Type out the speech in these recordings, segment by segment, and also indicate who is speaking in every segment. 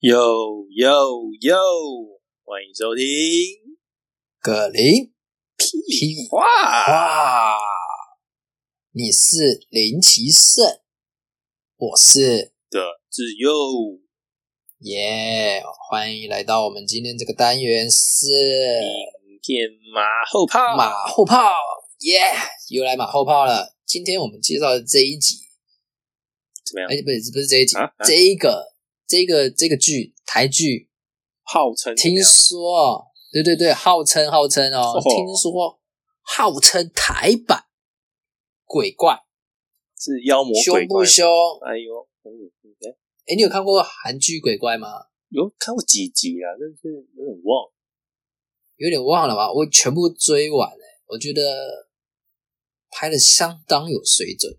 Speaker 1: 哟哟哟！欢迎收听
Speaker 2: 葛林
Speaker 1: 屁话。
Speaker 2: 哇，啊你是林奇胜，我是
Speaker 1: 的自由。
Speaker 2: 耶欢迎来到我们今天这个单元是
Speaker 1: 影片马后炮，
Speaker 2: 马后炮，耶、又来马后炮了。今天我们介绍的这一集，
Speaker 1: 怎么样
Speaker 2: 哎、？不是不是这一集，
Speaker 1: 啊啊
Speaker 2: 这一个这个这个剧台剧，
Speaker 1: 号称怎么
Speaker 2: 听
Speaker 1: 样
Speaker 2: 说，对对对，号称号称哦，
Speaker 1: 哦
Speaker 2: 听说号称台版鬼怪，
Speaker 1: 是妖魔鬼
Speaker 2: 凶
Speaker 1: 怪
Speaker 2: 不
Speaker 1: 吗。
Speaker 2: 凶？
Speaker 1: 哎呦，嗯，嗯哎
Speaker 2: 哎、你有看过韩剧鬼怪吗？
Speaker 1: 有看过几集啊？但是有点忘。
Speaker 2: 有点忘了吧，我全部追完了，我觉得拍的相当有水准，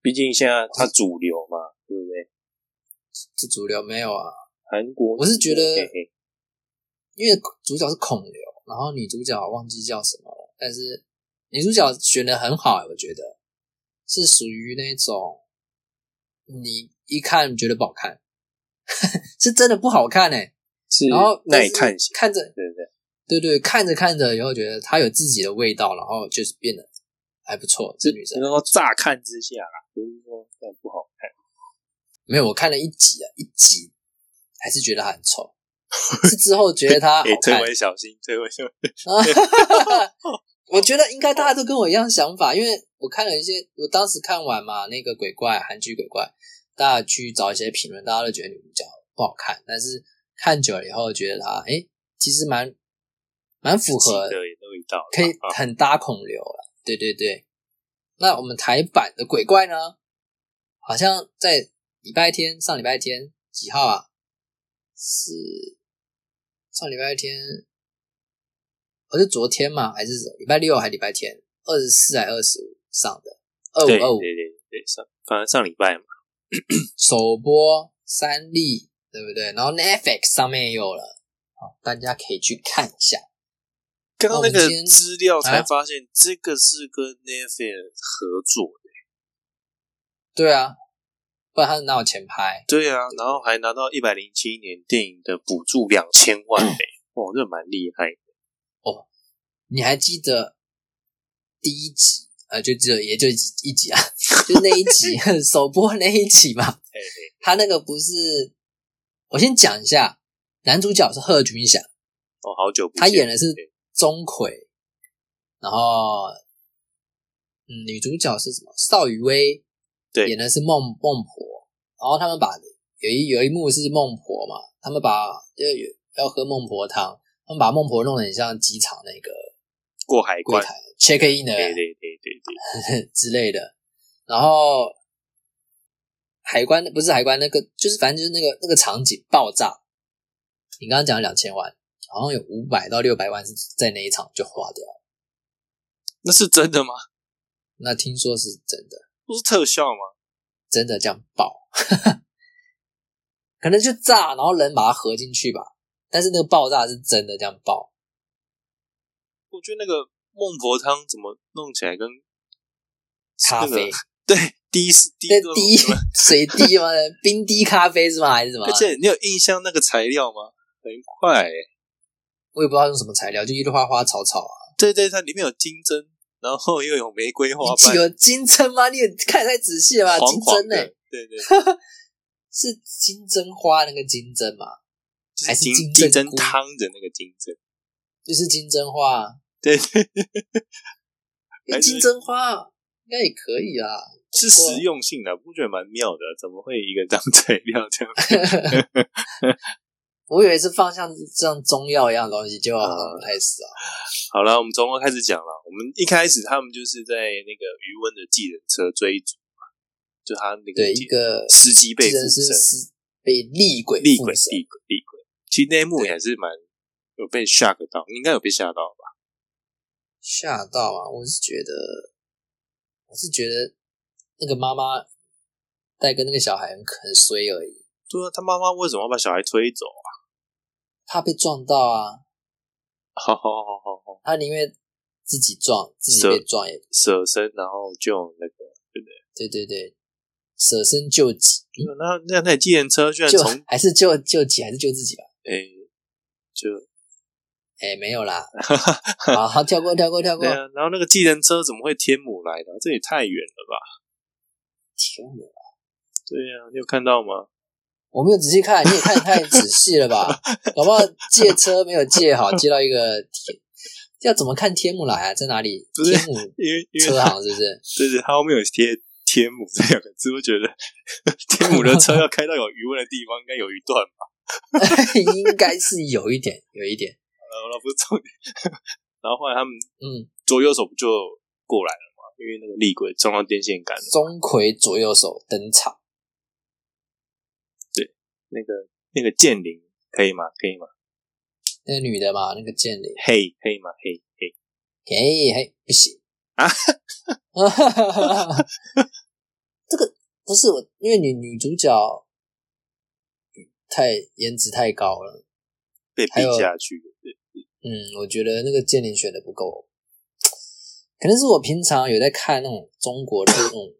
Speaker 1: 毕竟现在它主流嘛，对不对？
Speaker 2: 这主流没有啊，
Speaker 1: 韩国
Speaker 2: 我是觉得
Speaker 1: 嘿嘿
Speaker 2: 因为主角是孔刘，然后女主角忘记叫什么了，但是女主角选的很好、欸我觉得是属于那种你一看觉得不好看， 是真的不好看哎、
Speaker 1: 是
Speaker 2: 然后
Speaker 1: 耐看型，
Speaker 2: 看着
Speaker 1: 对不对？
Speaker 2: 对对，看着看着以后觉得她有自己的味道，然后就是变得还不错，这女生
Speaker 1: 应该说乍看之下啦，不是说这样不好看。
Speaker 2: 没有，我看了一集啊，一集还是觉得他很丑，是之后觉得他啊好
Speaker 1: 哎，推
Speaker 2: 看。
Speaker 1: 文小心，推文小心。
Speaker 2: 我觉得应该大家都跟我一样想法，因为我看了一些，我当时看完嘛，那个鬼怪韩剧鬼怪，大家去找一些评论，大家都觉得女主角不好看，但是看久了以后觉得她，哎、其实蛮蛮符合
Speaker 1: 记得也都一道啦，
Speaker 2: 可以
Speaker 1: 啊
Speaker 2: 很搭孔流了。对对对，那我们台版的鬼怪呢？好像在礼拜天，上礼拜天几号啊？是上礼拜天，哦，是昨天嘛？还是礼拜六还是礼拜天？二十四还二十五上的二五
Speaker 1: 对
Speaker 2: 二五
Speaker 1: 对对对，上反正上礼拜嘛，
Speaker 2: 首播三立，对不对？然后 Netflix 上面也有了，好，大家可以去看一下。
Speaker 1: 刚刚那
Speaker 2: 哦
Speaker 1: 个
Speaker 2: 我们今天
Speaker 1: 资料才
Speaker 2: 啊
Speaker 1: 发现，这个是跟 Netflix 合作的。
Speaker 2: 对啊，不然他哪有钱拍？
Speaker 1: 对啊，然后还拿到一百零七年电影的补助两千
Speaker 2: 嗯
Speaker 1: 万诶、哇，这蛮厉害的。
Speaker 2: 你还记得第一集？呃，就只有也就一集啊，就那一集首播那一集嘛。
Speaker 1: 哎、
Speaker 2: 他那个不是，我先讲一下，男主角是贺军翔，
Speaker 1: 哦，好久不见。
Speaker 2: 他演的是
Speaker 1: 对
Speaker 2: 钟馗，然后、嗯、女主角是什么？邵雨薇，
Speaker 1: 对
Speaker 2: 演的是孟孟婆。然后他们把有一有一幕是孟婆嘛，他们把要有要喝孟婆汤，他们把孟婆弄得很像机场那个
Speaker 1: 过海
Speaker 2: 柜
Speaker 1: 关，
Speaker 2: 台 check in 的
Speaker 1: 对对对对对，
Speaker 2: 之类的。然后海关不是海关，那个就是反正就是那个那个场景爆炸。你刚刚讲两千万，好像有五百到六百万是在那一场就花掉了。
Speaker 1: 那是真的吗？
Speaker 2: 那听说是真的，
Speaker 1: 不是特效吗？
Speaker 2: 真的这样爆， 可能就炸，然后人把它合进去吧。但是那个爆炸是真的这样爆，
Speaker 1: 我觉得那个孟婆汤怎么弄起来跟
Speaker 2: 咖
Speaker 1: 那
Speaker 2: 啡
Speaker 1: 个，对滴是滴
Speaker 2: 那
Speaker 1: 那种
Speaker 2: 滴
Speaker 1: 什么
Speaker 2: 水滴吗？冰滴咖啡是吗？还是什么？
Speaker 1: 而且你有印象那个材料吗？很快、欸，
Speaker 2: 我也不知道用什么材料，就一堆花花草草啊。
Speaker 1: 对对，它里面有金针，然后又有玫瑰花
Speaker 2: 你
Speaker 1: 瓣，
Speaker 2: 有金针吗？你也看得太仔细了吧？
Speaker 1: 黄
Speaker 2: 金
Speaker 1: 黄
Speaker 2: 针欸呢、
Speaker 1: 的，对 对，对
Speaker 2: 是金针花那个金针嘛？
Speaker 1: 就
Speaker 2: 还
Speaker 1: 是
Speaker 2: 是
Speaker 1: 金
Speaker 2: 金
Speaker 1: 金
Speaker 2: 针
Speaker 1: 针
Speaker 2: 菇
Speaker 1: 汤的那个金针，
Speaker 2: 就是金针花，
Speaker 1: 对对，
Speaker 2: 因为金针花应该也可以啊啦。
Speaker 1: 是实用性的，不觉得蛮妙的？怎么会一个当材料这样？
Speaker 2: 我以为是放像像中药一样的东西，结果好像不太是啊。
Speaker 1: 好了，我们从头开始讲了。我们一开始他们就是在那个余温的计程车追逐嘛，就他那
Speaker 2: 对，
Speaker 1: 个
Speaker 2: 一个
Speaker 1: 司机被
Speaker 2: 被
Speaker 1: 附
Speaker 2: 人是
Speaker 1: 身，
Speaker 2: 是被厉鬼
Speaker 1: 厉
Speaker 2: 附
Speaker 1: 鬼
Speaker 2: 身，
Speaker 1: 厉鬼厉鬼，其实那一幕也是蛮有被吓到，应该有被吓到吧？
Speaker 2: 吓到啊！我是觉得，我是觉得那个妈妈带跟那个小孩很很衰而已，
Speaker 1: 对啊，他妈妈为什么要把小孩推走啊？
Speaker 2: 怕被撞到啊。
Speaker 1: 好好好好好。
Speaker 2: 他宁愿自己撞，自己被撞也
Speaker 1: 舍身，然后就那个
Speaker 2: 对对对，舍身救己，
Speaker 1: 那那台计程车居然
Speaker 2: 救
Speaker 1: 从
Speaker 2: 还是救救己还是救自己吧？
Speaker 1: 诶、就
Speaker 2: 哎，没有 啦，好好跳过跳过跳过
Speaker 1: 对，啊，然后那个计程车怎么会天母来的？啊这也太远了吧？
Speaker 2: 天哪
Speaker 1: 对啊，你有看到吗？
Speaker 2: 我没有仔细看，你也看得太仔细 了吧？搞不好借车没有借好，借到一个天，要怎么看天幕来啊？在哪里？
Speaker 1: 不是
Speaker 2: 天幕
Speaker 1: 因为因为
Speaker 2: 车行是不是？
Speaker 1: 对对，它后面有贴“天母”这两个字，我觉得天母的车要开到有余温的地方，应该有一段吧？
Speaker 2: 应该是有一点，有一点。
Speaker 1: 然后不是重点。然后后来他们
Speaker 2: 嗯，
Speaker 1: 左右手不就过来了吗？因为那个厉鬼撞到电线杆了，
Speaker 2: 钟馗左右手登场，
Speaker 1: 那个那个剑灵可以吗？可以吗？
Speaker 2: 那个女的嘛，那个剑灵，
Speaker 1: 嘿，可以吗？嘿嘿，
Speaker 2: 嘿嘿，不行
Speaker 1: 啊！
Speaker 2: 这个不是我，因为女女主角嗯太颜值太高了。
Speaker 1: 被
Speaker 2: 还
Speaker 1: 逼
Speaker 2: 有
Speaker 1: 下去了。对
Speaker 2: 嗯，我觉得那个剑灵选的不够，可能是我平常有在看那种中国的那种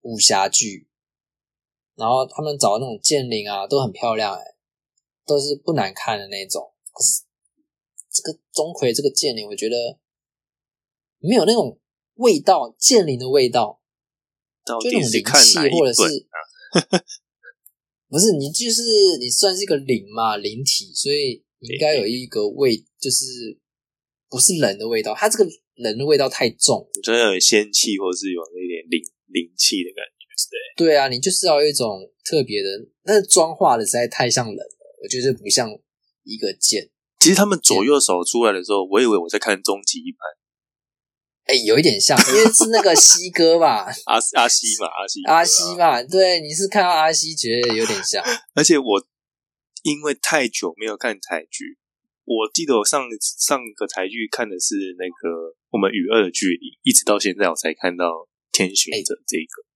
Speaker 2: 武侠剧，然后他们找的那种剑灵啊都很漂亮、欸，都是不难看的那种。可是这个钟馗这个剑灵，我觉得没有那种味道，剑灵的味道，
Speaker 1: 到
Speaker 2: 就那
Speaker 1: 底
Speaker 2: 种
Speaker 1: 是
Speaker 2: 灵
Speaker 1: 看
Speaker 2: 气
Speaker 1: 哪一啊
Speaker 2: 或者
Speaker 1: 本？
Speaker 2: 是， 不是你就是你算是一个灵嘛，灵体，所以你应该有一个味，就是不是人的味道，它这个人的味道太重。
Speaker 1: 你真的有仙气，或者是有那一点灵灵气的感觉？对，
Speaker 2: 对啊，你就是要有一种特别的，但是妆化的实在太像人了，我觉得不像一个剑。
Speaker 1: 其实他们左右手出来的时候，我以为我在看终极一班
Speaker 2: 哎、有一点像，因为是那个西哥吧，
Speaker 1: 阿阿西嘛，阿西
Speaker 2: 阿西吧，对，你是看到阿西觉得有点像，
Speaker 1: 而且我因为太久没有看台剧，我记得我上上个台剧看的是那个我们与恶的距离，一直到现在我才看到《天行者》这个，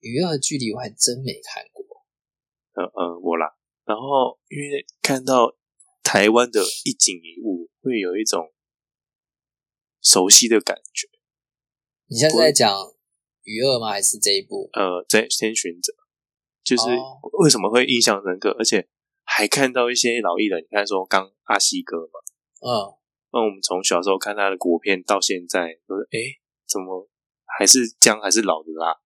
Speaker 2: 娱乐距离我还真没看过。
Speaker 1: 呃呃，我啦。然后因为看到台湾的一景一物，会有一种熟悉的感觉。
Speaker 2: 你现在是
Speaker 1: 不
Speaker 2: 在讲娱乐吗？还是这一部？
Speaker 1: 呃，在天行者，就是
Speaker 2: 哦
Speaker 1: 为什么会印象深刻，而且还看到一些老艺人，你看说刚阿西哥嘛。
Speaker 2: 嗯，
Speaker 1: 那我们从小时候看他的国片到现在，都是诶，怎么还是姜还是老的辣？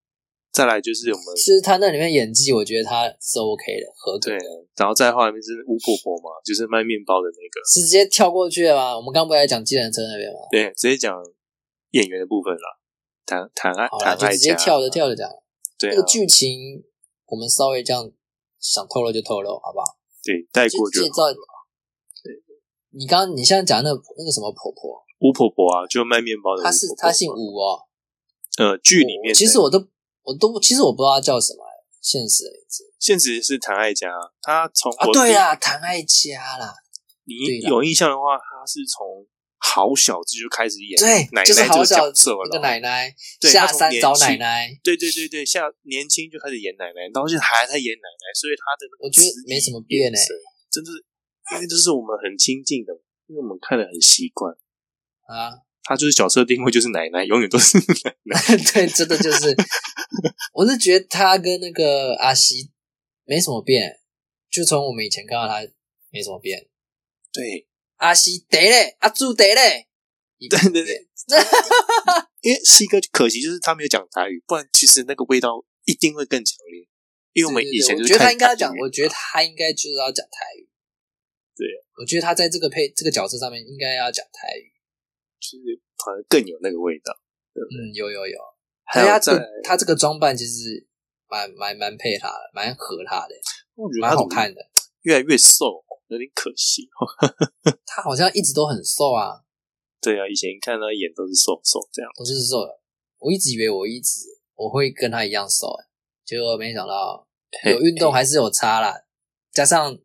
Speaker 1: 再来就是我 们
Speaker 2: 就是他那里面演技，我觉得他是 OK 的，合格
Speaker 1: 对
Speaker 2: 的。，
Speaker 1: 然后再后面是巫婆婆嘛，就是卖面包的那个，
Speaker 2: 是直接跳过去了吗？我们刚不是在讲计程车那边吗？
Speaker 1: 对，直接讲演员的部分啦，谈谈爱
Speaker 2: 好
Speaker 1: 谈
Speaker 2: 了，就
Speaker 1: 爱
Speaker 2: 直接
Speaker 1: 家，
Speaker 2: 跳着跳着讲。
Speaker 1: 对、
Speaker 2: 那
Speaker 1: 啊
Speaker 2: 个、剧情，我们稍微这样想透露就透露，好不好？
Speaker 1: 对带
Speaker 2: 就
Speaker 1: 过就
Speaker 2: 介
Speaker 1: 好
Speaker 2: 绍。你刚刚你现在讲那个那个什么婆婆，
Speaker 1: 巫婆婆啊，就卖面包的巫婆婆嘛，
Speaker 2: 她是她姓吴哦。
Speaker 1: 呃剧里面
Speaker 2: 我其实我都我都其实我不知道她叫什么，现实的名字
Speaker 1: 现实是谈爱家，他从
Speaker 2: 啊，
Speaker 1: 我
Speaker 2: 对
Speaker 1: 第
Speaker 2: 啦，谭爱佳啦，
Speaker 1: 你
Speaker 2: 对啦
Speaker 1: 有印象的话，他是从好小子就开始演
Speaker 2: 对
Speaker 1: 奶奶
Speaker 2: 就是
Speaker 1: 这
Speaker 2: 好
Speaker 1: 个
Speaker 2: 小
Speaker 1: 角色了，
Speaker 2: 那个奶奶
Speaker 1: 对
Speaker 2: 下
Speaker 1: 她从
Speaker 2: 山
Speaker 1: 年
Speaker 2: 找
Speaker 1: 轻
Speaker 2: 奶奶，
Speaker 1: 对对对对，下年轻就开始演奶奶，到现在还在演奶奶，所以她的那个
Speaker 2: 我觉得没什么变哎、
Speaker 1: 哎、真的是因为这是我们很亲近的，因为我们看的很习惯。
Speaker 2: 啊，
Speaker 1: 她就是角色定位就是奶奶，永远都是奶奶。
Speaker 2: 对，真的就是，我是觉得他跟那个阿西没什么变，就从我们以前看到他没什么变。
Speaker 1: 对，
Speaker 2: 阿西得嘞，阿柱得嘞，对
Speaker 1: 对对对，因为西哥可惜就是他没有讲台语，不然其实那个味道一定会更强烈。因为我们以前
Speaker 2: 对
Speaker 1: 就
Speaker 2: 我
Speaker 1: 是
Speaker 2: 觉得他
Speaker 1: 看
Speaker 2: 应该要
Speaker 1: 台
Speaker 2: 讲
Speaker 1: 语，
Speaker 2: 我觉得他应该就是要讲台语。
Speaker 1: 对，
Speaker 2: 我觉得他在这个配这个角色上面应该要讲台语。
Speaker 1: 就是反而更有那个味道。
Speaker 2: 嗯，有有有，
Speaker 1: 还
Speaker 2: 而且
Speaker 1: 有
Speaker 2: 啊他
Speaker 1: 在
Speaker 2: 这，个他这个装扮其实蛮蛮蛮配他的，蛮合他的，
Speaker 1: 我觉得
Speaker 2: 蛮
Speaker 1: 他
Speaker 2: 好
Speaker 1: 怎么
Speaker 2: 看的。
Speaker 1: 越来越瘦，有点可惜。
Speaker 2: 他好像一直都很瘦啊。
Speaker 1: 对啊，以前看他演都是瘦瘦这样。
Speaker 2: 我就是瘦了。我一直以为我一直我会跟他一样瘦、欸，结果没想到
Speaker 1: 嘿
Speaker 2: 有运动还是有差啦，加上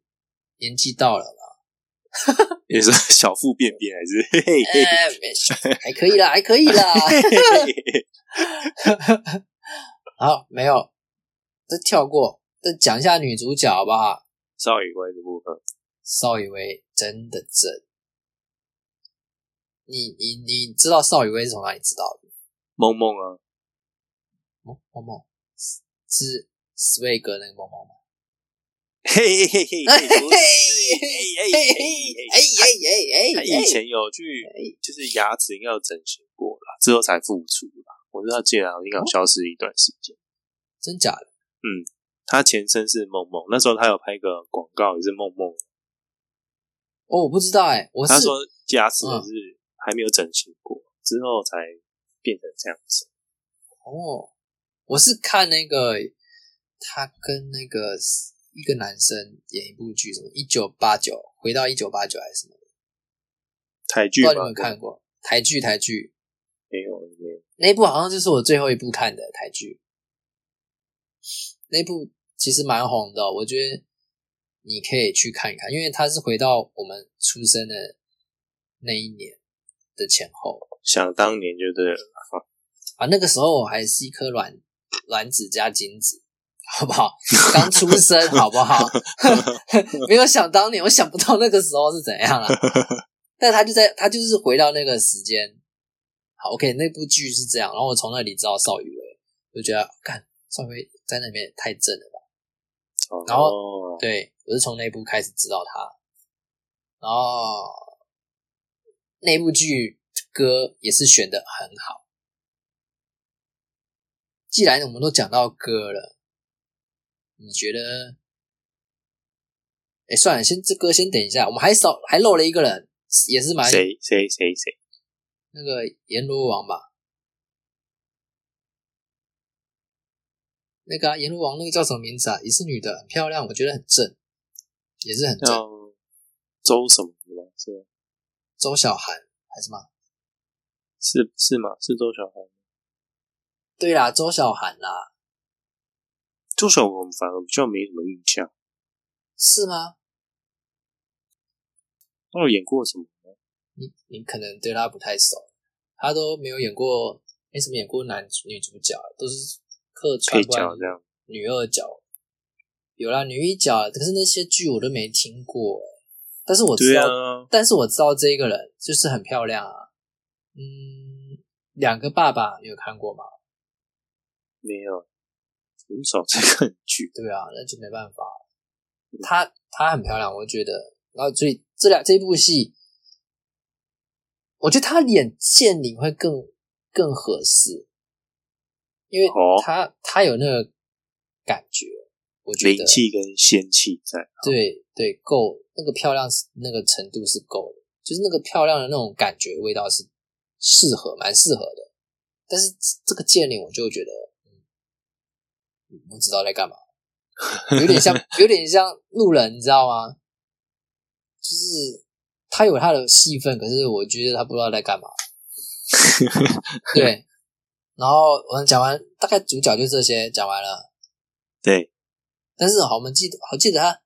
Speaker 2: 年纪到了嘛，
Speaker 1: 也是小腹便便还是嘿 嘿嘿
Speaker 2: 哎、没事，还可以啦，还可以啦。
Speaker 1: 嘿嘿嘿
Speaker 2: 好，没有，再跳过，再讲一下女主角好不好？
Speaker 1: 少爷关的部分，
Speaker 2: 邵雨薇真的正，你你你知道邵雨薇是从哪里知道的？
Speaker 1: 梦梦啊，
Speaker 2: 哦，梦梦，是 Swag 那个某某吗？
Speaker 1: 嘿嘿嘿嘿，
Speaker 2: 哎哎哎
Speaker 1: 不是哎哎
Speaker 2: 哎
Speaker 1: 哎
Speaker 2: 哎哎
Speaker 1: 他
Speaker 2: 哎！
Speaker 1: 以前有去，就是牙齿应该有整形过啦，之后才复出啦。我知道健啊，应该有消失一段时间。
Speaker 2: 真假的？
Speaker 1: 他前身是梦梦，那时候他有拍个广告，也是梦梦。
Speaker 2: 哦，我不知道哎，我是
Speaker 1: 他说牙齿是还没有整形过，之后才变成这样子。
Speaker 2: 哦，我是看那个他跟那个一个男生演一部剧，什么一九八九回到一九八九还是什么，
Speaker 1: 台
Speaker 2: 不
Speaker 1: 剧
Speaker 2: 知道
Speaker 1: 吗？
Speaker 2: 你有没有看过台剧台剧
Speaker 1: 没有？没有。
Speaker 2: 那一部好像就是我最后一部看的台剧，那一部其实蛮红的哦、我觉得你可以去看一看，因为它是回到我们出生的那一年的前后
Speaker 1: 想当年就对了，
Speaker 2: 啊，那个时候我还是一颗卵卵子加精子，好不好？刚出生，好不好？ 没有想当年，我想不到那个时候是怎样了、但他就在，他就是回到那个时间。好，OK，那部剧是这样，然后我从那里知道邵雨薇，我就觉得看邵雨薇在那里面也太正了吧。然
Speaker 1: 后
Speaker 2: 对，我是从那部开始知道他，然后那部剧歌也是选的很好。既然我们都讲到歌了，你觉得？哎，算了，先这歌先等一下，我们还少还漏了一个人，也是蛮
Speaker 1: 谁谁谁谁
Speaker 2: 那个阎罗王吧？那个啊阎、罗王那个叫什么名字啊？也是女的，很漂亮，我觉得很正，也是很正。
Speaker 1: 叫周什么的吗？是吗
Speaker 2: 周小涵还是吗？
Speaker 1: 是是吗？是周小红？
Speaker 2: 对啦，周小涵啦，
Speaker 1: 周小红反而比较没什么印象，
Speaker 2: 是吗？
Speaker 1: 他有演过什么？
Speaker 2: 你你可能对她不太熟，她都没有演过，没什么演过男主女主角，啊都是客串
Speaker 1: 配角
Speaker 2: 不
Speaker 1: 这
Speaker 2: 然
Speaker 1: 样？
Speaker 2: 女二角。有啦，女一角，啊可是那些剧我都没听过、欸但是我知
Speaker 1: 对
Speaker 2: 道
Speaker 1: 啊，
Speaker 2: 但是我知道这个人就是很漂亮啊。嗯，两个爸爸你有看过吗？
Speaker 1: 没有，很少在看剧。
Speaker 2: 对啊，那就没办法。她她很漂亮，我觉得。然后所以这两这部戏，我觉得她演剑灵会更更合适，因为
Speaker 1: 哦
Speaker 2: 她、她有那个感觉，我觉
Speaker 1: 灵
Speaker 2: 得
Speaker 1: 气跟仙气在，
Speaker 2: 对对够那个漂亮是那个程度是够的，就是那个漂亮的那种感觉味道是适合蛮适合的，但是这个剑灵我就觉得，嗯，不知道在干嘛，有点像有点像路人，你知道吗？就是他有他的戏份，可是我觉得他不知道在干嘛。对，然后我们讲完，大概主角就这些讲完了。
Speaker 1: 对，
Speaker 2: 但是好，我们记得，好记得他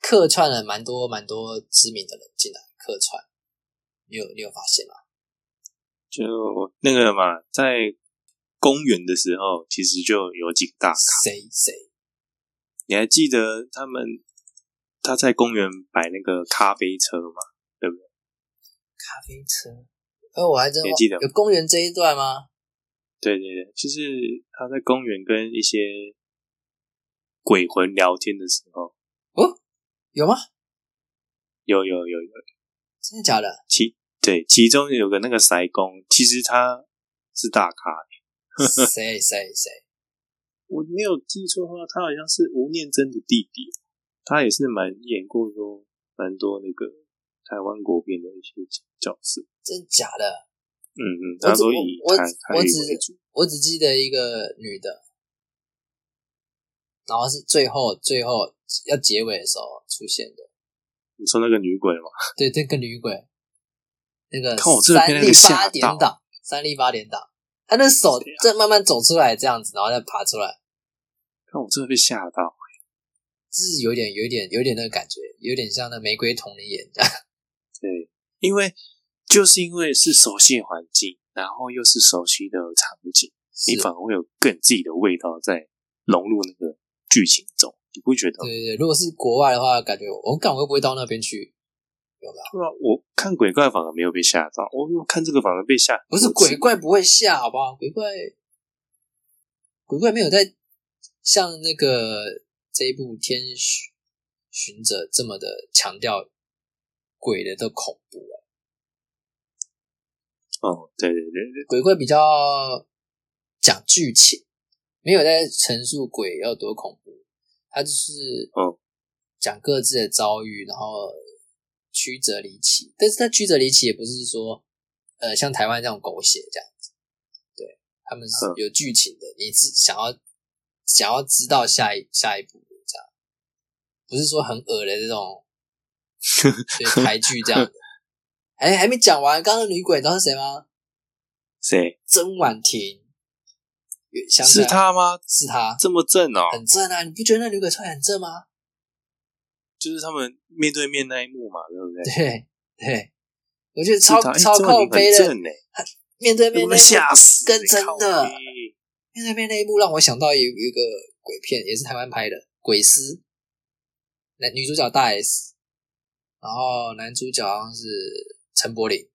Speaker 2: 客串了蛮多蛮多知名的人进来客串，你有你有发现吗？
Speaker 1: 就那个嘛，在公园的时候，其实就有几个大咖。
Speaker 2: 谁谁
Speaker 1: 你还记得他们他在公园摆那个咖啡车吗？
Speaker 2: 咖啡车？呃，我还真
Speaker 1: 你
Speaker 2: 忘
Speaker 1: 记得吗
Speaker 2: 有公园这一段吗？
Speaker 1: 对对对，就是他在公园跟一些鬼魂聊天的时候，
Speaker 2: 哦，有吗？
Speaker 1: 有有有有，
Speaker 2: 真的假的？
Speaker 1: 其对其中有个那个塞工，其实他是大咖。
Speaker 2: 谁谁谁？
Speaker 1: 我没有记错的话，他好像是吴念真的弟弟，他也是蛮演过说蛮多那个台湾国片的一些角色。
Speaker 2: 真的假的？
Speaker 1: 嗯嗯，
Speaker 2: 我
Speaker 1: 他
Speaker 2: 只
Speaker 1: 都以
Speaker 2: 我我
Speaker 1: 台台
Speaker 2: 我
Speaker 1: 语
Speaker 2: 只
Speaker 1: 为主。
Speaker 2: 我只记得一个女的，然后是最后最后要结尾的时候出现的，
Speaker 1: 你说那个女鬼吗？
Speaker 2: 对，这个女鬼，那个
Speaker 1: 看我这个被
Speaker 2: 三
Speaker 1: 那
Speaker 2: 力
Speaker 1: 个吓
Speaker 2: 八点档，三力八点档，他那手
Speaker 1: 谁啊
Speaker 2: 正慢慢走出来这样子，然后再爬出来，
Speaker 1: 看我真的被吓到。
Speaker 2: 就是有点、有一点、有一点那个感觉，有点像那玫瑰瞳铃 眼这样。
Speaker 1: 对，因为就是因为是熟悉的环境，然后又是熟悉的场景，你
Speaker 2: 是
Speaker 1: 反而会有更自己的味道在融入那个剧情中，你不觉得吗？
Speaker 2: 对对啊对，如果是国外的话，感觉我感会不会到那边去？有没有？
Speaker 1: 对啊，我看鬼怪反而没有被吓到，我看这个反而被吓。
Speaker 2: 不是鬼怪不会吓，好不好？鬼怪，鬼怪没有在像那个这一部《天巡巡者》这么的强调鬼的的恐怖啊，
Speaker 1: 哦，对对对对，
Speaker 2: 鬼会比较讲剧情，没有在陈述鬼要多恐怖，他就是
Speaker 1: 哦
Speaker 2: 讲各自的遭遇，然后曲折离奇。但是他曲折离奇也不是说呃像台湾这种狗血这样子，对他们是
Speaker 1: 嗯
Speaker 2: 有剧情的，你是想要想要知道下一下一步的这样，不是说很恶的 这种对台剧这样的。哎、还没讲完，刚刚的女鬼你知道是谁吗？
Speaker 1: 谁
Speaker 2: 曾婉婷，想起
Speaker 1: 是
Speaker 2: 来
Speaker 1: 他吗？
Speaker 2: 是她，
Speaker 1: 这么正哦，
Speaker 2: 很正啊！你不觉得那女鬼穿很正吗？
Speaker 1: 就是他们面对面那一幕嘛，对不对？
Speaker 2: 对对，我觉
Speaker 1: 是
Speaker 2: 得超
Speaker 1: 他哎
Speaker 2: 超
Speaker 1: 这么
Speaker 2: 靠
Speaker 1: 你很
Speaker 2: 背的，
Speaker 1: 正哎，
Speaker 2: 面对
Speaker 1: 被
Speaker 2: 面
Speaker 1: 我
Speaker 2: 那
Speaker 1: 们
Speaker 2: 一幕，
Speaker 1: 吓死，
Speaker 2: 跟真
Speaker 1: 靠
Speaker 2: 的
Speaker 1: 背
Speaker 2: 面对面那一幕让我想到有有一个鬼片，也是台湾拍的《鬼师》，男女主角大 S，然后男主角好像是陈柏霖，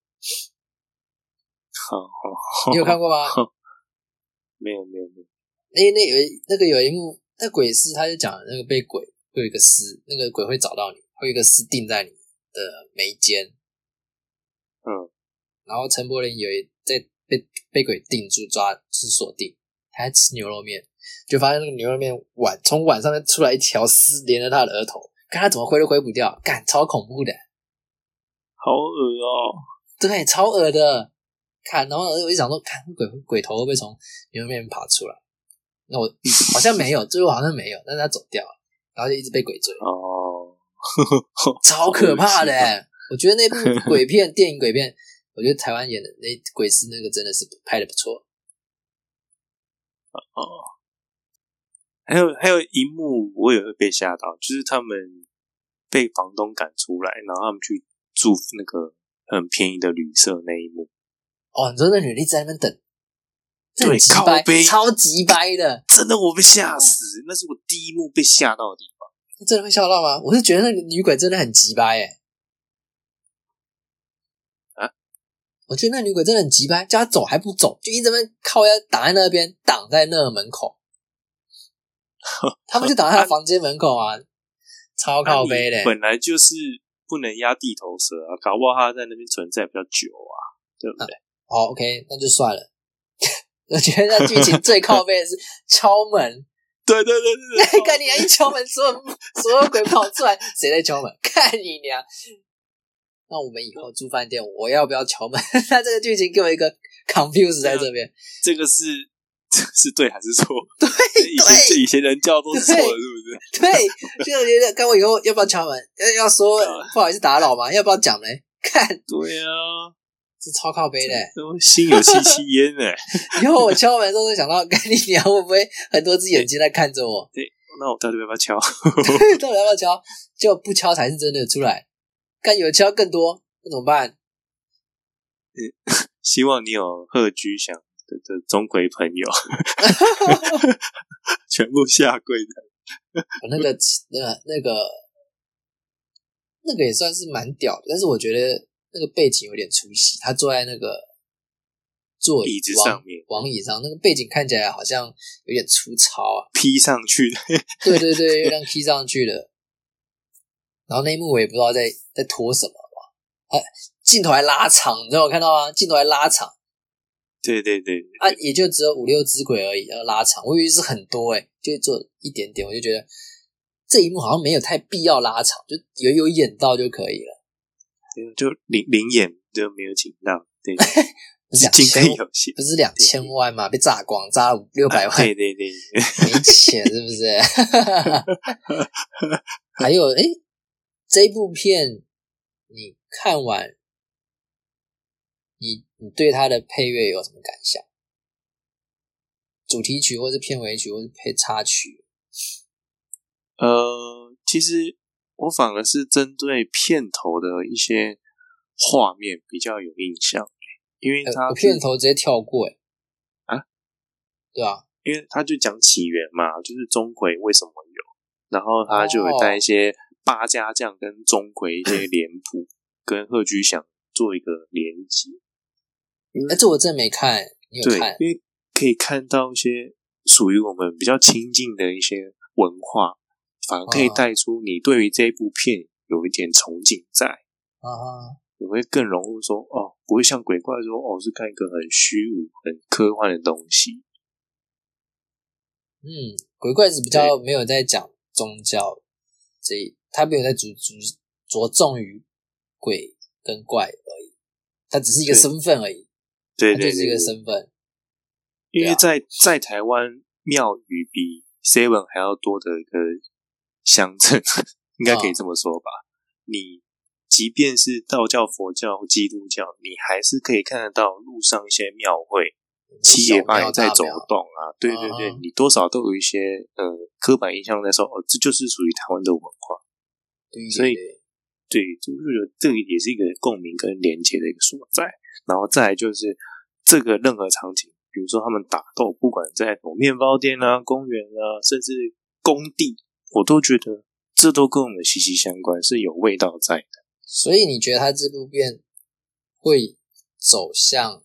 Speaker 1: 好好，
Speaker 2: 你有看过吗？
Speaker 1: 没有没有没有，
Speaker 2: 那那有一那个有一幕，那鬼师他就讲那个被鬼会有一个丝，那个鬼会找到你，会有一个丝钉在你的眉间，
Speaker 1: 嗯，
Speaker 2: 然后陈柏霖有一在被被鬼定住抓是锁定，他还吃牛肉面，就发现那个牛肉面碗从碗上面出来一条丝连着他的额头，看他怎么挥都挥不掉，干超恐怖的，
Speaker 1: 好恶哦，
Speaker 2: 对，超恶的，看，然后我就想说，看鬼鬼头会不会从牛肉面爬出来？那我好像没有，最后好像没有，但是他走掉了，然后就一直被鬼追，
Speaker 1: 哦，
Speaker 2: 超可怕的、
Speaker 1: 好恶心
Speaker 2: 欸。我觉得那部鬼片电影鬼片，我觉得台湾演的那鬼师那个真的是拍的不错。
Speaker 1: 哦还有还有一幕我也会被吓到，就是他们被房东赶出来，然后他们去住那个很便宜的旅社那一幕，
Speaker 2: 哦，你说那女的一直在那边等，这
Speaker 1: 对
Speaker 2: 很鸡
Speaker 1: 靠
Speaker 2: 掰
Speaker 1: 背，
Speaker 2: 超级掰的，
Speaker 1: 真的我被吓死，那是我第一幕被吓到的地方。
Speaker 2: 真的会笑到吗？我是觉得那个女鬼真的很鸡掰哎、
Speaker 1: 啊！
Speaker 2: 我觉得那女鬼真的很鸡掰，叫她走还不走，就一直在那边靠腰挡在那边，挡在那门 口。他们就挡在她房间门 口啊，超靠背的、
Speaker 1: 啊你本来就是不能压地头蛇啊，搞不好他在那边存在比较久啊，对不对？
Speaker 2: 好、o k 哦那就算了。 我觉得那剧情最靠背的是敲门，
Speaker 1: 对对对对 对，
Speaker 2: 看你娘一敲门，所有 所有鬼跑出来，谁在敲门？ 看你娘！那我们以后住饭店，我要不要敲门？ 那这个剧情给我一个 confuse 在这边，
Speaker 1: 这个是是对还是错？对，以前 这以前人教都是错的，是不是？
Speaker 2: 对，就觉得，看我以后要不要敲门？要要说不好意思打扰吗？要不要讲嘞？看，
Speaker 1: 对啊，
Speaker 2: 这超靠背的、
Speaker 1: 我心有戚戚焉呢。
Speaker 2: 以后我敲门的时候都想到，看你娘会不会很多只眼睛在看着我？
Speaker 1: 那我到底要不要敲？
Speaker 2: 到底要不要敲？就不敲才是真的出来。看有敲更多，那怎么办？
Speaker 1: 希望你有贺居祥的的钟馗朋 友， 全部下跪的。
Speaker 2: 我那个那那个那个也算是蛮屌的，但是我觉得那个背景有点出戏。他坐在那个座
Speaker 1: 椅子
Speaker 2: 王
Speaker 1: 上面
Speaker 2: 王椅上，那个背景看起来好像有点粗糙啊。
Speaker 1: 披上去，
Speaker 2: 对对对，月亮 key 上去了。然后那一幕我也不知道在在拖什么吧，还镜头还拉长，你知道我看到吗？镜头还拉长。
Speaker 1: 对对对，
Speaker 2: 啊，也就只有五六只鬼而已，要拉长，我以为是很多诶、欸就做一点点，我就觉得这一幕好像没有太必要拉长，就有有演到就可以了。
Speaker 1: 就灵灵眼就没有请到，对，
Speaker 2: 两
Speaker 1: 经
Speaker 2: 千
Speaker 1: 费有 限。
Speaker 2: 不是两千万嘛，被炸光，炸了六百万，
Speaker 1: 啊对对对，对
Speaker 2: 没钱是不是？ 还有诶、这部片你看完，你你对它的配乐有什么感想？主题曲，或是片尾曲，或是配插曲，
Speaker 1: 呃，其实我反而是针对片头的一些画面比较有印象，因为
Speaker 2: 呃
Speaker 1: 它
Speaker 2: 我
Speaker 1: 是
Speaker 2: 片头直接跳过、欸，
Speaker 1: 啊，
Speaker 2: 对啊，
Speaker 1: 因为他就讲起源嘛，就是钟馗为什么有，然后他就
Speaker 2: 哦
Speaker 1: 有带一些八家将跟钟馗一 些脸谱，跟贺居祥做一个连接。
Speaker 2: 哎、这我真的没看，你有
Speaker 1: 对
Speaker 2: 看，？
Speaker 1: 因为可以看到一些属于我们比较亲近的一些文化，反而可以
Speaker 2: 哦
Speaker 1: 带出你对于这一部片有一点憧憬在。
Speaker 2: 啊哈，
Speaker 1: 你会更融入说哦，不会像鬼怪说哦是看一个很虚无、很科幻的东西。
Speaker 2: 嗯，鬼怪是比较没有在讲宗教这一，他没有在着着着重于鬼跟怪而已，他只是一个
Speaker 1: 对
Speaker 2: 身份而已，
Speaker 1: 对
Speaker 2: 他
Speaker 1: 对对
Speaker 2: 就是一个
Speaker 1: 对，
Speaker 2: 身份。
Speaker 1: 因为
Speaker 2: 对啊
Speaker 1: 在在台湾庙宇比 Seven 还要多的一个乡镇，应该可
Speaker 2: 嗯
Speaker 1: 以这么说吧。你即便是道教、佛教、基督教，你还是可以看得到路上一些庙会，七爷八爷在走动啊。对对对，
Speaker 2: 嗯
Speaker 1: 你多少都有一些呃刻板印象在说哦，这就是属于台湾的文化。
Speaker 2: 对，
Speaker 1: 所以
Speaker 2: 对对
Speaker 1: 对，就是这个也是一个共鸣跟连接的一个所在。然后再来就是这个任何场景，比如说他们打斗，不管在什么面包店啊、公园啊，甚至工地，我都觉得这都跟我们息息相关，是有味道在的。
Speaker 2: 所以你觉得他这部片会走向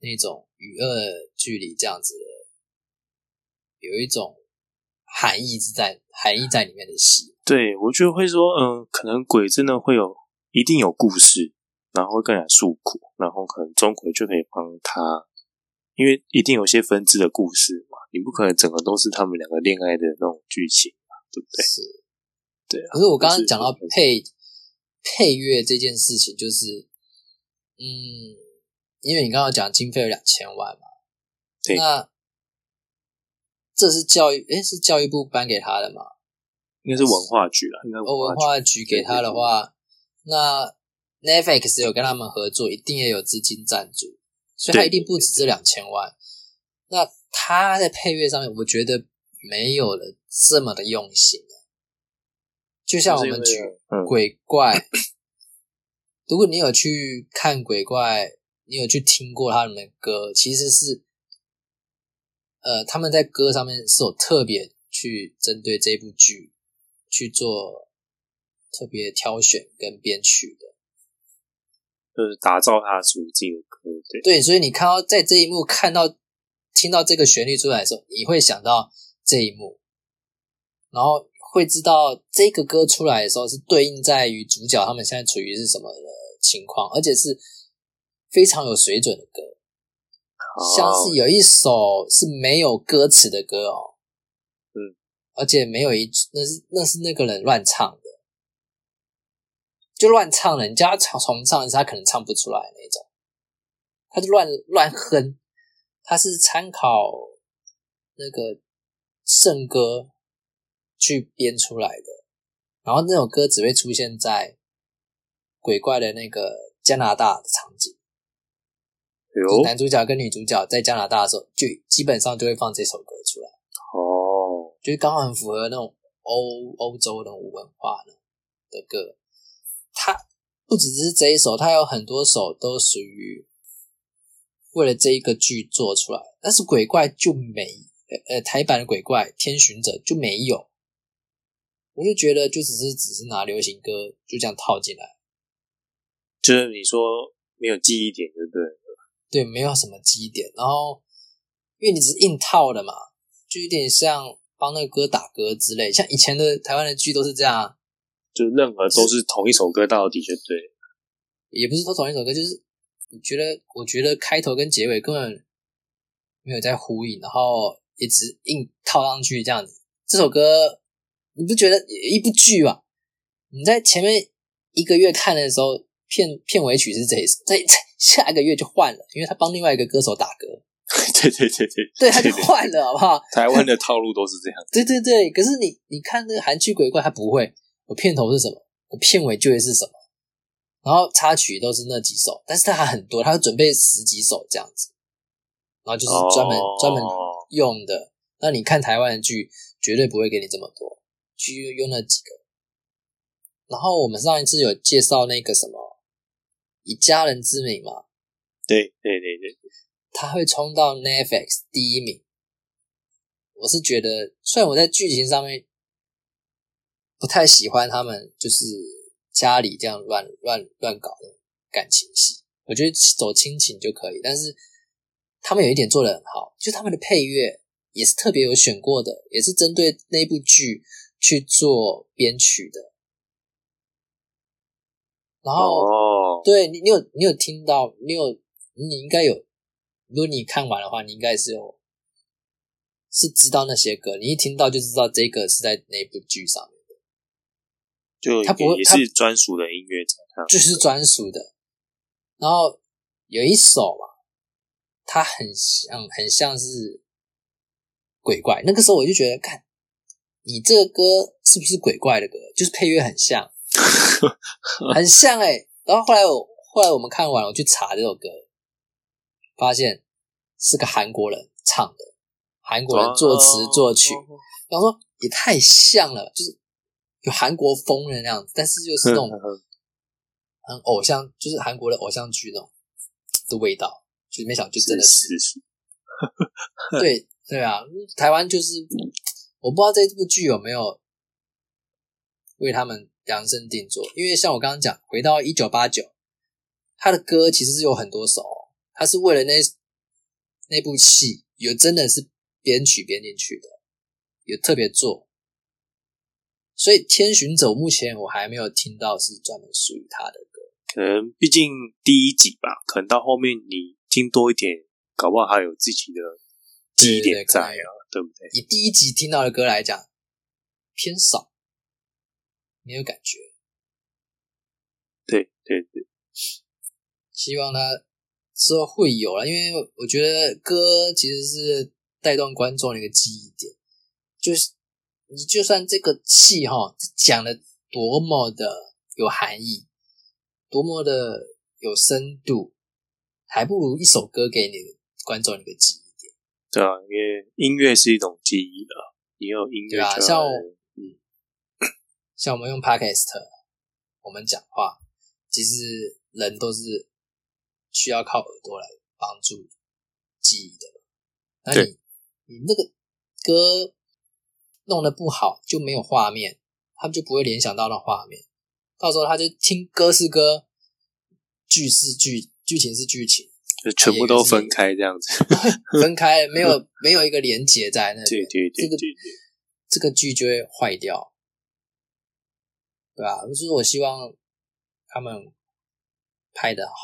Speaker 2: 那种与恶距离这样子的，有一种含义是在含义在里面的戏。
Speaker 1: 对我觉得会说，嗯、可能鬼真的会有一定有故事，然后会更加诉苦，然后可能钟馗就可以帮他。因为一定有些分支的故事嘛，你不可能整个都是他们两个恋爱的那种剧情嘛，对不对？
Speaker 2: 是，
Speaker 1: 对啊
Speaker 2: 可是我刚刚讲到
Speaker 1: 就是
Speaker 2: 配配乐这件事情，就是，嗯，因为你刚刚讲经费有两千万嘛，
Speaker 1: 对
Speaker 2: 那这是教育，诶，是教育部颁给他的嘛？
Speaker 1: 应该是文化局啦，应该
Speaker 2: 哦，
Speaker 1: 文
Speaker 2: 文
Speaker 1: 化局。
Speaker 2: 化局给他的话，那 Netflix 有跟他们合作，一定也有资金赞助，所以他
Speaker 1: 对
Speaker 2: 一定不止这两千万。那他在配乐上面，我觉得没有了这么的用心了就像我们
Speaker 1: 就是
Speaker 2: 举
Speaker 1: 因为嗯，
Speaker 2: 鬼怪， 如果你有去看鬼怪，你有去听过他们的歌，其实是，呃，他们在歌上面是有特别去针对这部剧去做特别挑选跟编曲的。
Speaker 1: 就是打造他属于自己的歌，对，
Speaker 2: 对，所以你看到在这一幕看到听到这个旋律出来的时候，你会想到这一幕，然后会知道这个歌出来的时候是对应在于主角他们现在处于是什么的情况，而且是非常有水准的歌。像
Speaker 1: 好
Speaker 2: 是有一首是没有歌词的歌哦，
Speaker 1: 嗯，
Speaker 2: 而且没有一那是那是那个人乱唱的，就乱唱了，人家重重唱一次，他可能唱不出来那种，他就乱乱哼，他是参考那个圣歌去编出来的，然后那首歌只会出现在鬼怪的那个加拿大的场景。就是
Speaker 1: 有
Speaker 2: 男主角跟女主角在加拿大的时候，就基本上就会放这首歌出来，
Speaker 1: 哦，
Speaker 2: 就是刚好很符合那种欧欧洲那种文化的歌。它不只是这一首，它有很多首都属于为了这一个剧做出来，但是鬼怪就没，呃呃，台版的鬼怪天巡者就没有。我就觉得，就只是只是拿流行歌就这样套进来，
Speaker 1: 就是你说没有记忆点，对不对？
Speaker 2: 对，没有什么基点。然后，因为你只是硬套的嘛，就有点像帮那个歌打歌之类。像以前的台湾的剧都是这样啊，
Speaker 1: 就任何都是同一首歌到底，就对了，
Speaker 2: 也不是说同一首歌，就是你觉得，我觉得开头跟结尾根本没有在呼应，然后也只是硬套上去这样子。这首歌你不觉得一部剧吧？你在前面一个月看的时候，片片尾曲是这一首，在 在下一个月就换了，因为他帮另外一个歌手打歌，
Speaker 1: 对对对对，
Speaker 2: 对，他就
Speaker 1: 对
Speaker 2: 换了，好不好？
Speaker 1: 台湾的套路都是这样，
Speaker 2: 对对对，可是你你看那个韩剧鬼怪，它不会，我片头是什么，我片尾就会是什么，然后插曲都是那几首，但是它还很多，它会准备十几首这样子，然后就是专门、专门
Speaker 1: 哦
Speaker 2: 用的。那你看台湾的剧，绝对不会给你这么多，就用那几个。然后我们上一次有介绍那个什么，以家人之名嘛，
Speaker 1: 对对对对，
Speaker 2: 他会冲到 Netflix 第一名。我是觉得，虽然我在剧情上面不太喜欢他们，就是家里这样乱乱乱搞的感情戏，我觉得走亲情就可以。但是他们有一点做的很好，就他们的配乐也是特别有选过的，也是针对那部剧去做编曲的。然后，
Speaker 1: 哦，
Speaker 2: 对你，你有你有听到，你有你应该有，如果你看完的话，你应该是有是知道那些歌，你一听到就知道这个是在哪部剧上面，
Speaker 1: 就
Speaker 2: 他不会
Speaker 1: 也也
Speaker 2: 他
Speaker 1: 是专属的音乐家，
Speaker 2: 就是专属的。然后有一首嘛，它很像很像是鬼怪，那个时候我就觉得，看你这个歌是不是鬼怪的歌？就是配乐很像，很像哎、然后后来我后来我们看完，我去查这首歌，发现是个韩国人唱的，韩国人作词作曲，
Speaker 1: 哦
Speaker 2: 然后说也太像了，就是有韩国风的那样子，但是又是那种很偶像，就是韩国的偶像剧那种的味道，就是没想到就真的是
Speaker 1: 是是
Speaker 2: 对对啊，台湾就是我不知道这部剧有没有为他们量身定做，因为像我刚刚讲，回到一九八九，他的歌其实是有很多首哦，他是为了那那部戏有真的是编曲编进去的，有特别做。所以《天巡走》目前我还没有听到是专门属于他的歌，
Speaker 1: 可能毕竟第一集吧，可能到后面你听多一点，搞不好还有自己的记忆
Speaker 2: 对对对
Speaker 1: 点
Speaker 2: 可
Speaker 1: 在
Speaker 2: 能
Speaker 1: 啊，对不对？
Speaker 2: 以第一集听到的歌来讲，偏少，没有感觉。
Speaker 1: 对对对，
Speaker 2: 希望他之后会有了，因为我觉得歌其实是带动观众的一个记忆点，就是你就算这个戏哈讲的多么的有含义，多么的有深度，还不如一首歌给你的观众一个记忆点，
Speaker 1: 对啊，因为音乐是一种记忆啊，你有音乐
Speaker 2: 对啊
Speaker 1: 就
Speaker 2: 像
Speaker 1: 要
Speaker 2: 我像我们用 podcast，我们讲话，其实人都是需要靠耳朵来帮助记忆的。那你你那个歌弄得不好，就没有画面，他们就不会联想到那画面。到时候他就听歌是歌，剧是剧，剧情是剧情，
Speaker 1: 就全部都分开这样子，
Speaker 2: 分开了没有没有一个连接在那
Speaker 1: 对
Speaker 2: 里，
Speaker 1: 对对
Speaker 2: 这个
Speaker 1: 对对，
Speaker 2: 这个剧就会坏掉，对吧、就是我希望他们拍的好，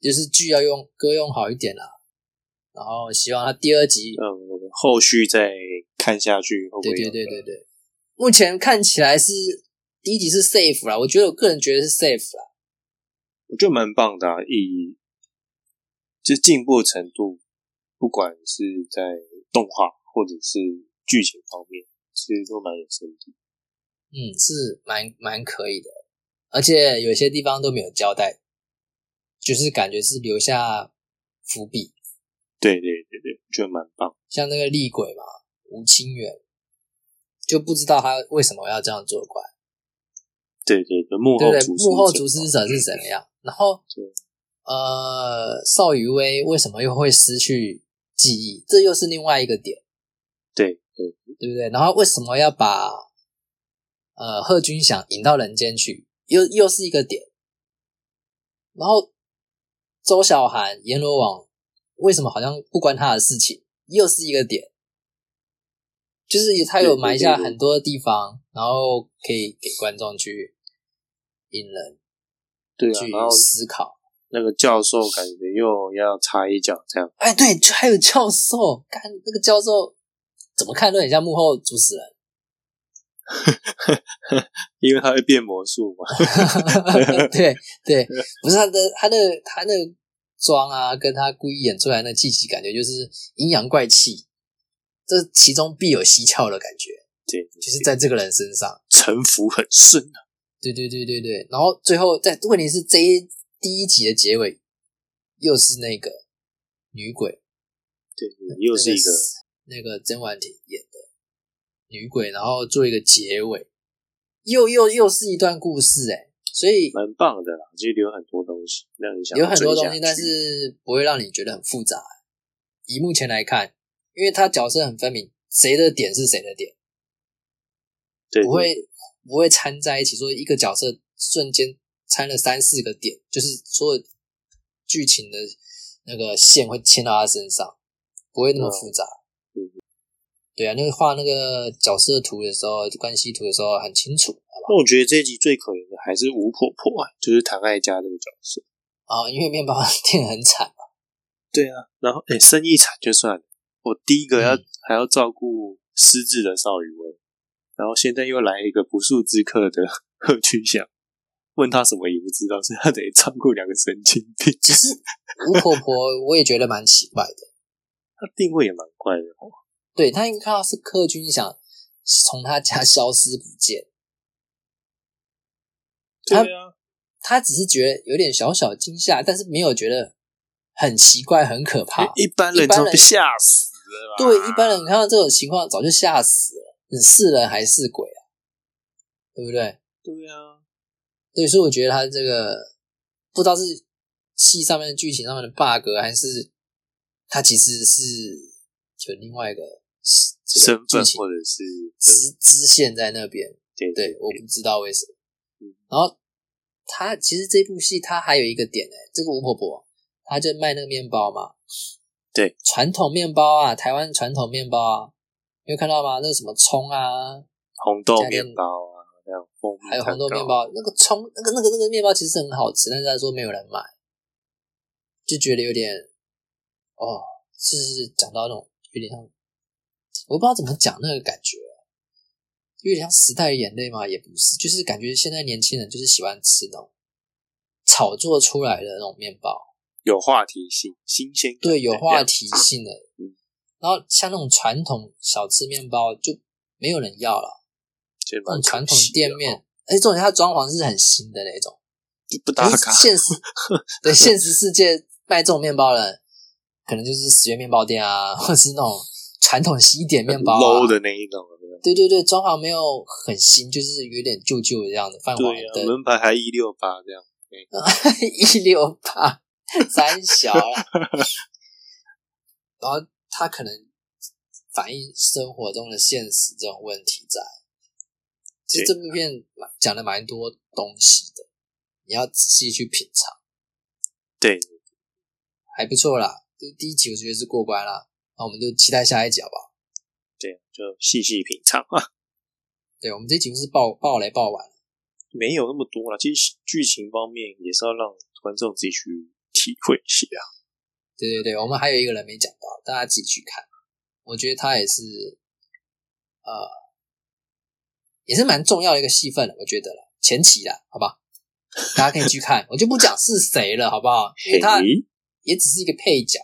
Speaker 2: 就是剧要用歌用好一点啦、然后希望他第二集，
Speaker 1: 那我们嗯后续再看下去会不
Speaker 2: 对
Speaker 1: 呃会
Speaker 2: 对
Speaker 1: 有？
Speaker 2: 对对对，目前看起来是第一集是 safe 啦，我觉得我个人觉得是 safe 啦，
Speaker 1: 我觉得蛮棒的、啊，以就进步程度，不管是在动画或者是剧情方面，其实都蛮有深度。
Speaker 2: 嗯，是蛮蛮可以的，而且有些地方都没有交代，就是感觉是留下伏笔，
Speaker 1: 对对对对，我觉得蛮棒。
Speaker 2: 像那个厉鬼嘛，吴清源就不知道他为什么要这样做怪，
Speaker 1: 对对对，幕
Speaker 2: 对
Speaker 1: 后
Speaker 2: 不对？
Speaker 1: 主
Speaker 2: 幕后主
Speaker 1: 持
Speaker 2: 使者是怎么样？然后
Speaker 1: 对，
Speaker 2: 呃，邵雨薇为什么又会失去记忆？这又是另外一个点，
Speaker 1: 对对
Speaker 2: 对不对？然后为什么要把呃贺军翔引到人间去？又又是一个点。然后周小涵、阎罗王为什么好像不关他的事情？又是一个点。就是他有埋下很多地方，然后可以给观众去引人
Speaker 1: 对啊，
Speaker 2: 去
Speaker 1: 然后
Speaker 2: 思考。
Speaker 1: 那个教授感觉又要插一脚这样。
Speaker 2: 哎，对，就还有教授，看那个教授怎么看都很像幕后主持人。
Speaker 1: 因为他会变魔术嘛。
Speaker 2: 对对，不是他的他的他那个妆啊，跟他故意演出来那气息，感觉就是阴阳怪气，这其中必有蹊跷的感觉，
Speaker 1: 对，
Speaker 2: 就是在这个人身上。
Speaker 1: 城府很深啊。
Speaker 2: 对对对对对，然后最后在问题是这一第一集的结尾又是那个女鬼，
Speaker 1: 对，又是一个
Speaker 2: 那个甄婉婷演的女鬼，然后做一个结尾，又又又是一段故事哎、所以
Speaker 1: 蛮棒的啦，其实有很多东西让你想
Speaker 2: 有很多
Speaker 1: 追
Speaker 2: 东
Speaker 1: 下
Speaker 2: 西，
Speaker 1: 去
Speaker 2: 但是不会让你觉得很复杂。以目前来看，因为他角色很分明，谁的点是谁的点，
Speaker 1: 对
Speaker 2: 不会不会掺在一起，说一个角色瞬间掺了三四个点，就是所有剧情的
Speaker 1: 啊
Speaker 2: 那个线会牵到他身上，不会那么复杂。对啊，那个画那个角色图的时候，关系图的时候很清楚，好吧？
Speaker 1: 那我觉得这一集最可怜的还是吴婆婆啊，就是唐爱家这个角色。
Speaker 2: 啊、因为面包店很惨嘛，
Speaker 1: 对啊，然后哎，诶生意惨就算了，我第一个要、
Speaker 2: 嗯
Speaker 1: 还要照顾失智的邵雨薇，然后现在又来一个不速之客的 贺军翔，问他什么也不知道，所以他得照顾两个神经病。
Speaker 2: 其实吴婆婆我也觉得蛮奇怪的，
Speaker 1: 他定位也蛮怪的 哦，
Speaker 2: 对她应该看到是客军想从她家消失不见，他
Speaker 1: 对啊，
Speaker 2: 她只是觉得有点小小惊吓，但是没有觉得很奇怪、很可怕。
Speaker 1: 一般人
Speaker 2: 一般
Speaker 1: 都
Speaker 2: 人
Speaker 1: 被吓死了啦。
Speaker 2: 对一般人看到这种情况早就吓死了，你是人还是鬼啊？对不对？
Speaker 1: 对啊，
Speaker 2: 对，所以我觉得他这个不知道是戏上面的剧情上面的 bug，还是他其实是有另外一个这
Speaker 1: 身
Speaker 2: 个
Speaker 1: 份
Speaker 2: 剧情
Speaker 1: 或者是
Speaker 2: 支支线在那边。
Speaker 1: 对
Speaker 2: 对，我不知道为什么
Speaker 1: 嗯。
Speaker 2: 然后他其实这部戏它还有一个点呢、欸这个吴婆婆她就卖那个面包嘛，
Speaker 1: 对，
Speaker 2: 传统面包啊，台湾传统面包啊，你有看到吗？那个什么葱啊，
Speaker 1: 红豆
Speaker 2: 家电
Speaker 1: 面包啊，还有蜂蜜
Speaker 2: 还有红豆
Speaker 1: 蛋
Speaker 2: 面
Speaker 1: 糕，
Speaker 2: 包，那个葱，那个那个那个面包其实很好吃，但是他说没有人买，就觉得有点，哦，就是讲到那种有点像，我不知道怎么讲那个感觉，有点像时代的眼泪嘛，也不是，就是感觉现在年轻人就是喜欢吃那种炒作出来的那种面包，
Speaker 1: 有话题性，新鲜感
Speaker 2: 对，有
Speaker 1: 的
Speaker 2: 话
Speaker 1: 量
Speaker 2: 题性的
Speaker 1: 嗯。
Speaker 2: 然后像那种传统小吃面包就没有人要了，
Speaker 1: 就
Speaker 2: 那
Speaker 1: 蛮
Speaker 2: 种
Speaker 1: 可
Speaker 2: 传统
Speaker 1: 惜的
Speaker 2: 店
Speaker 1: 哦
Speaker 2: 面，而且重点它装潢是很新的那种。
Speaker 1: 就不打
Speaker 2: 可
Speaker 1: 卡
Speaker 2: 是，现实对现实世界卖这种面包的人，可能就是十元面包店啊，或是那种传统西点面包、啊、
Speaker 1: low 的那一种，有没有
Speaker 2: 对对对，装潢没有很新，就是有点旧旧的这样的泛黄
Speaker 1: 对啊，
Speaker 2: 的
Speaker 1: 门牌还一六八这样，
Speaker 2: 一六八三小啦。然后他可能反映生活中的现实这种问题在。其实这部片蛮讲了蛮多东西的，你要仔细去品尝。
Speaker 1: 对，
Speaker 2: 还不错啦，就第一集我觉得是过关啦，那我们就期待下一集好不好？
Speaker 1: 对，就细细品尝 啊，
Speaker 2: 对，我们这集是爆爆雷爆完，
Speaker 1: 没有那么多了。其实剧情方面也是要让观众自己去体会一下。
Speaker 2: 对对对，我们还有一个人没讲到，大家自己去看，我觉得他也是，呃，也是蛮重要的一个戏份了，我觉得了，前期啦，好吧，大家可以去看，我就不讲是谁了，好不好？因为他
Speaker 1: 嘿
Speaker 2: 也只是一个配角，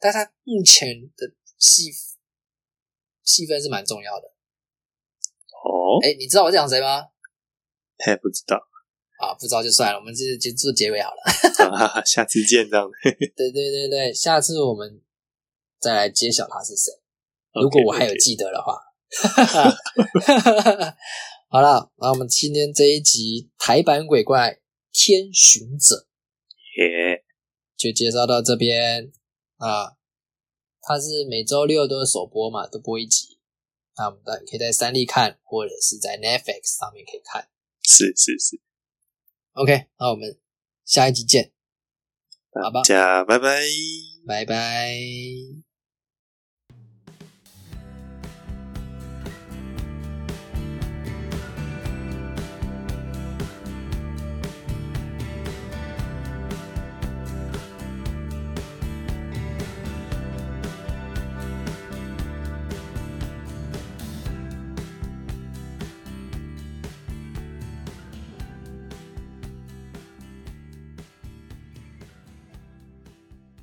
Speaker 2: 但他目前的戏戏份是蛮重要的。
Speaker 1: 哦，
Speaker 2: 哎，你知道我在讲谁吗？
Speaker 1: 还不知道，
Speaker 2: 啊，不知道就算了，我们这就做结尾好了。
Speaker 1: 哈哈下次见这样。
Speaker 2: 对对对对，下次我们再来揭晓他是谁，
Speaker 1: OK，
Speaker 2: 如果我还有
Speaker 1: OK
Speaker 2: 记得的话。 好了，那我们今天这一集台版鬼怪天巡者
Speaker 1: 耶，
Speaker 2: 就介绍到这边啊，它是每周六都有首播嘛，都播一集。那我们大可以在三立看，或者是在 Netflix 上面可以看。
Speaker 1: 是是是，
Speaker 2: OK，那我们下一集见，好
Speaker 1: 大
Speaker 2: 吧
Speaker 1: 家拜拜。
Speaker 2: 拜拜。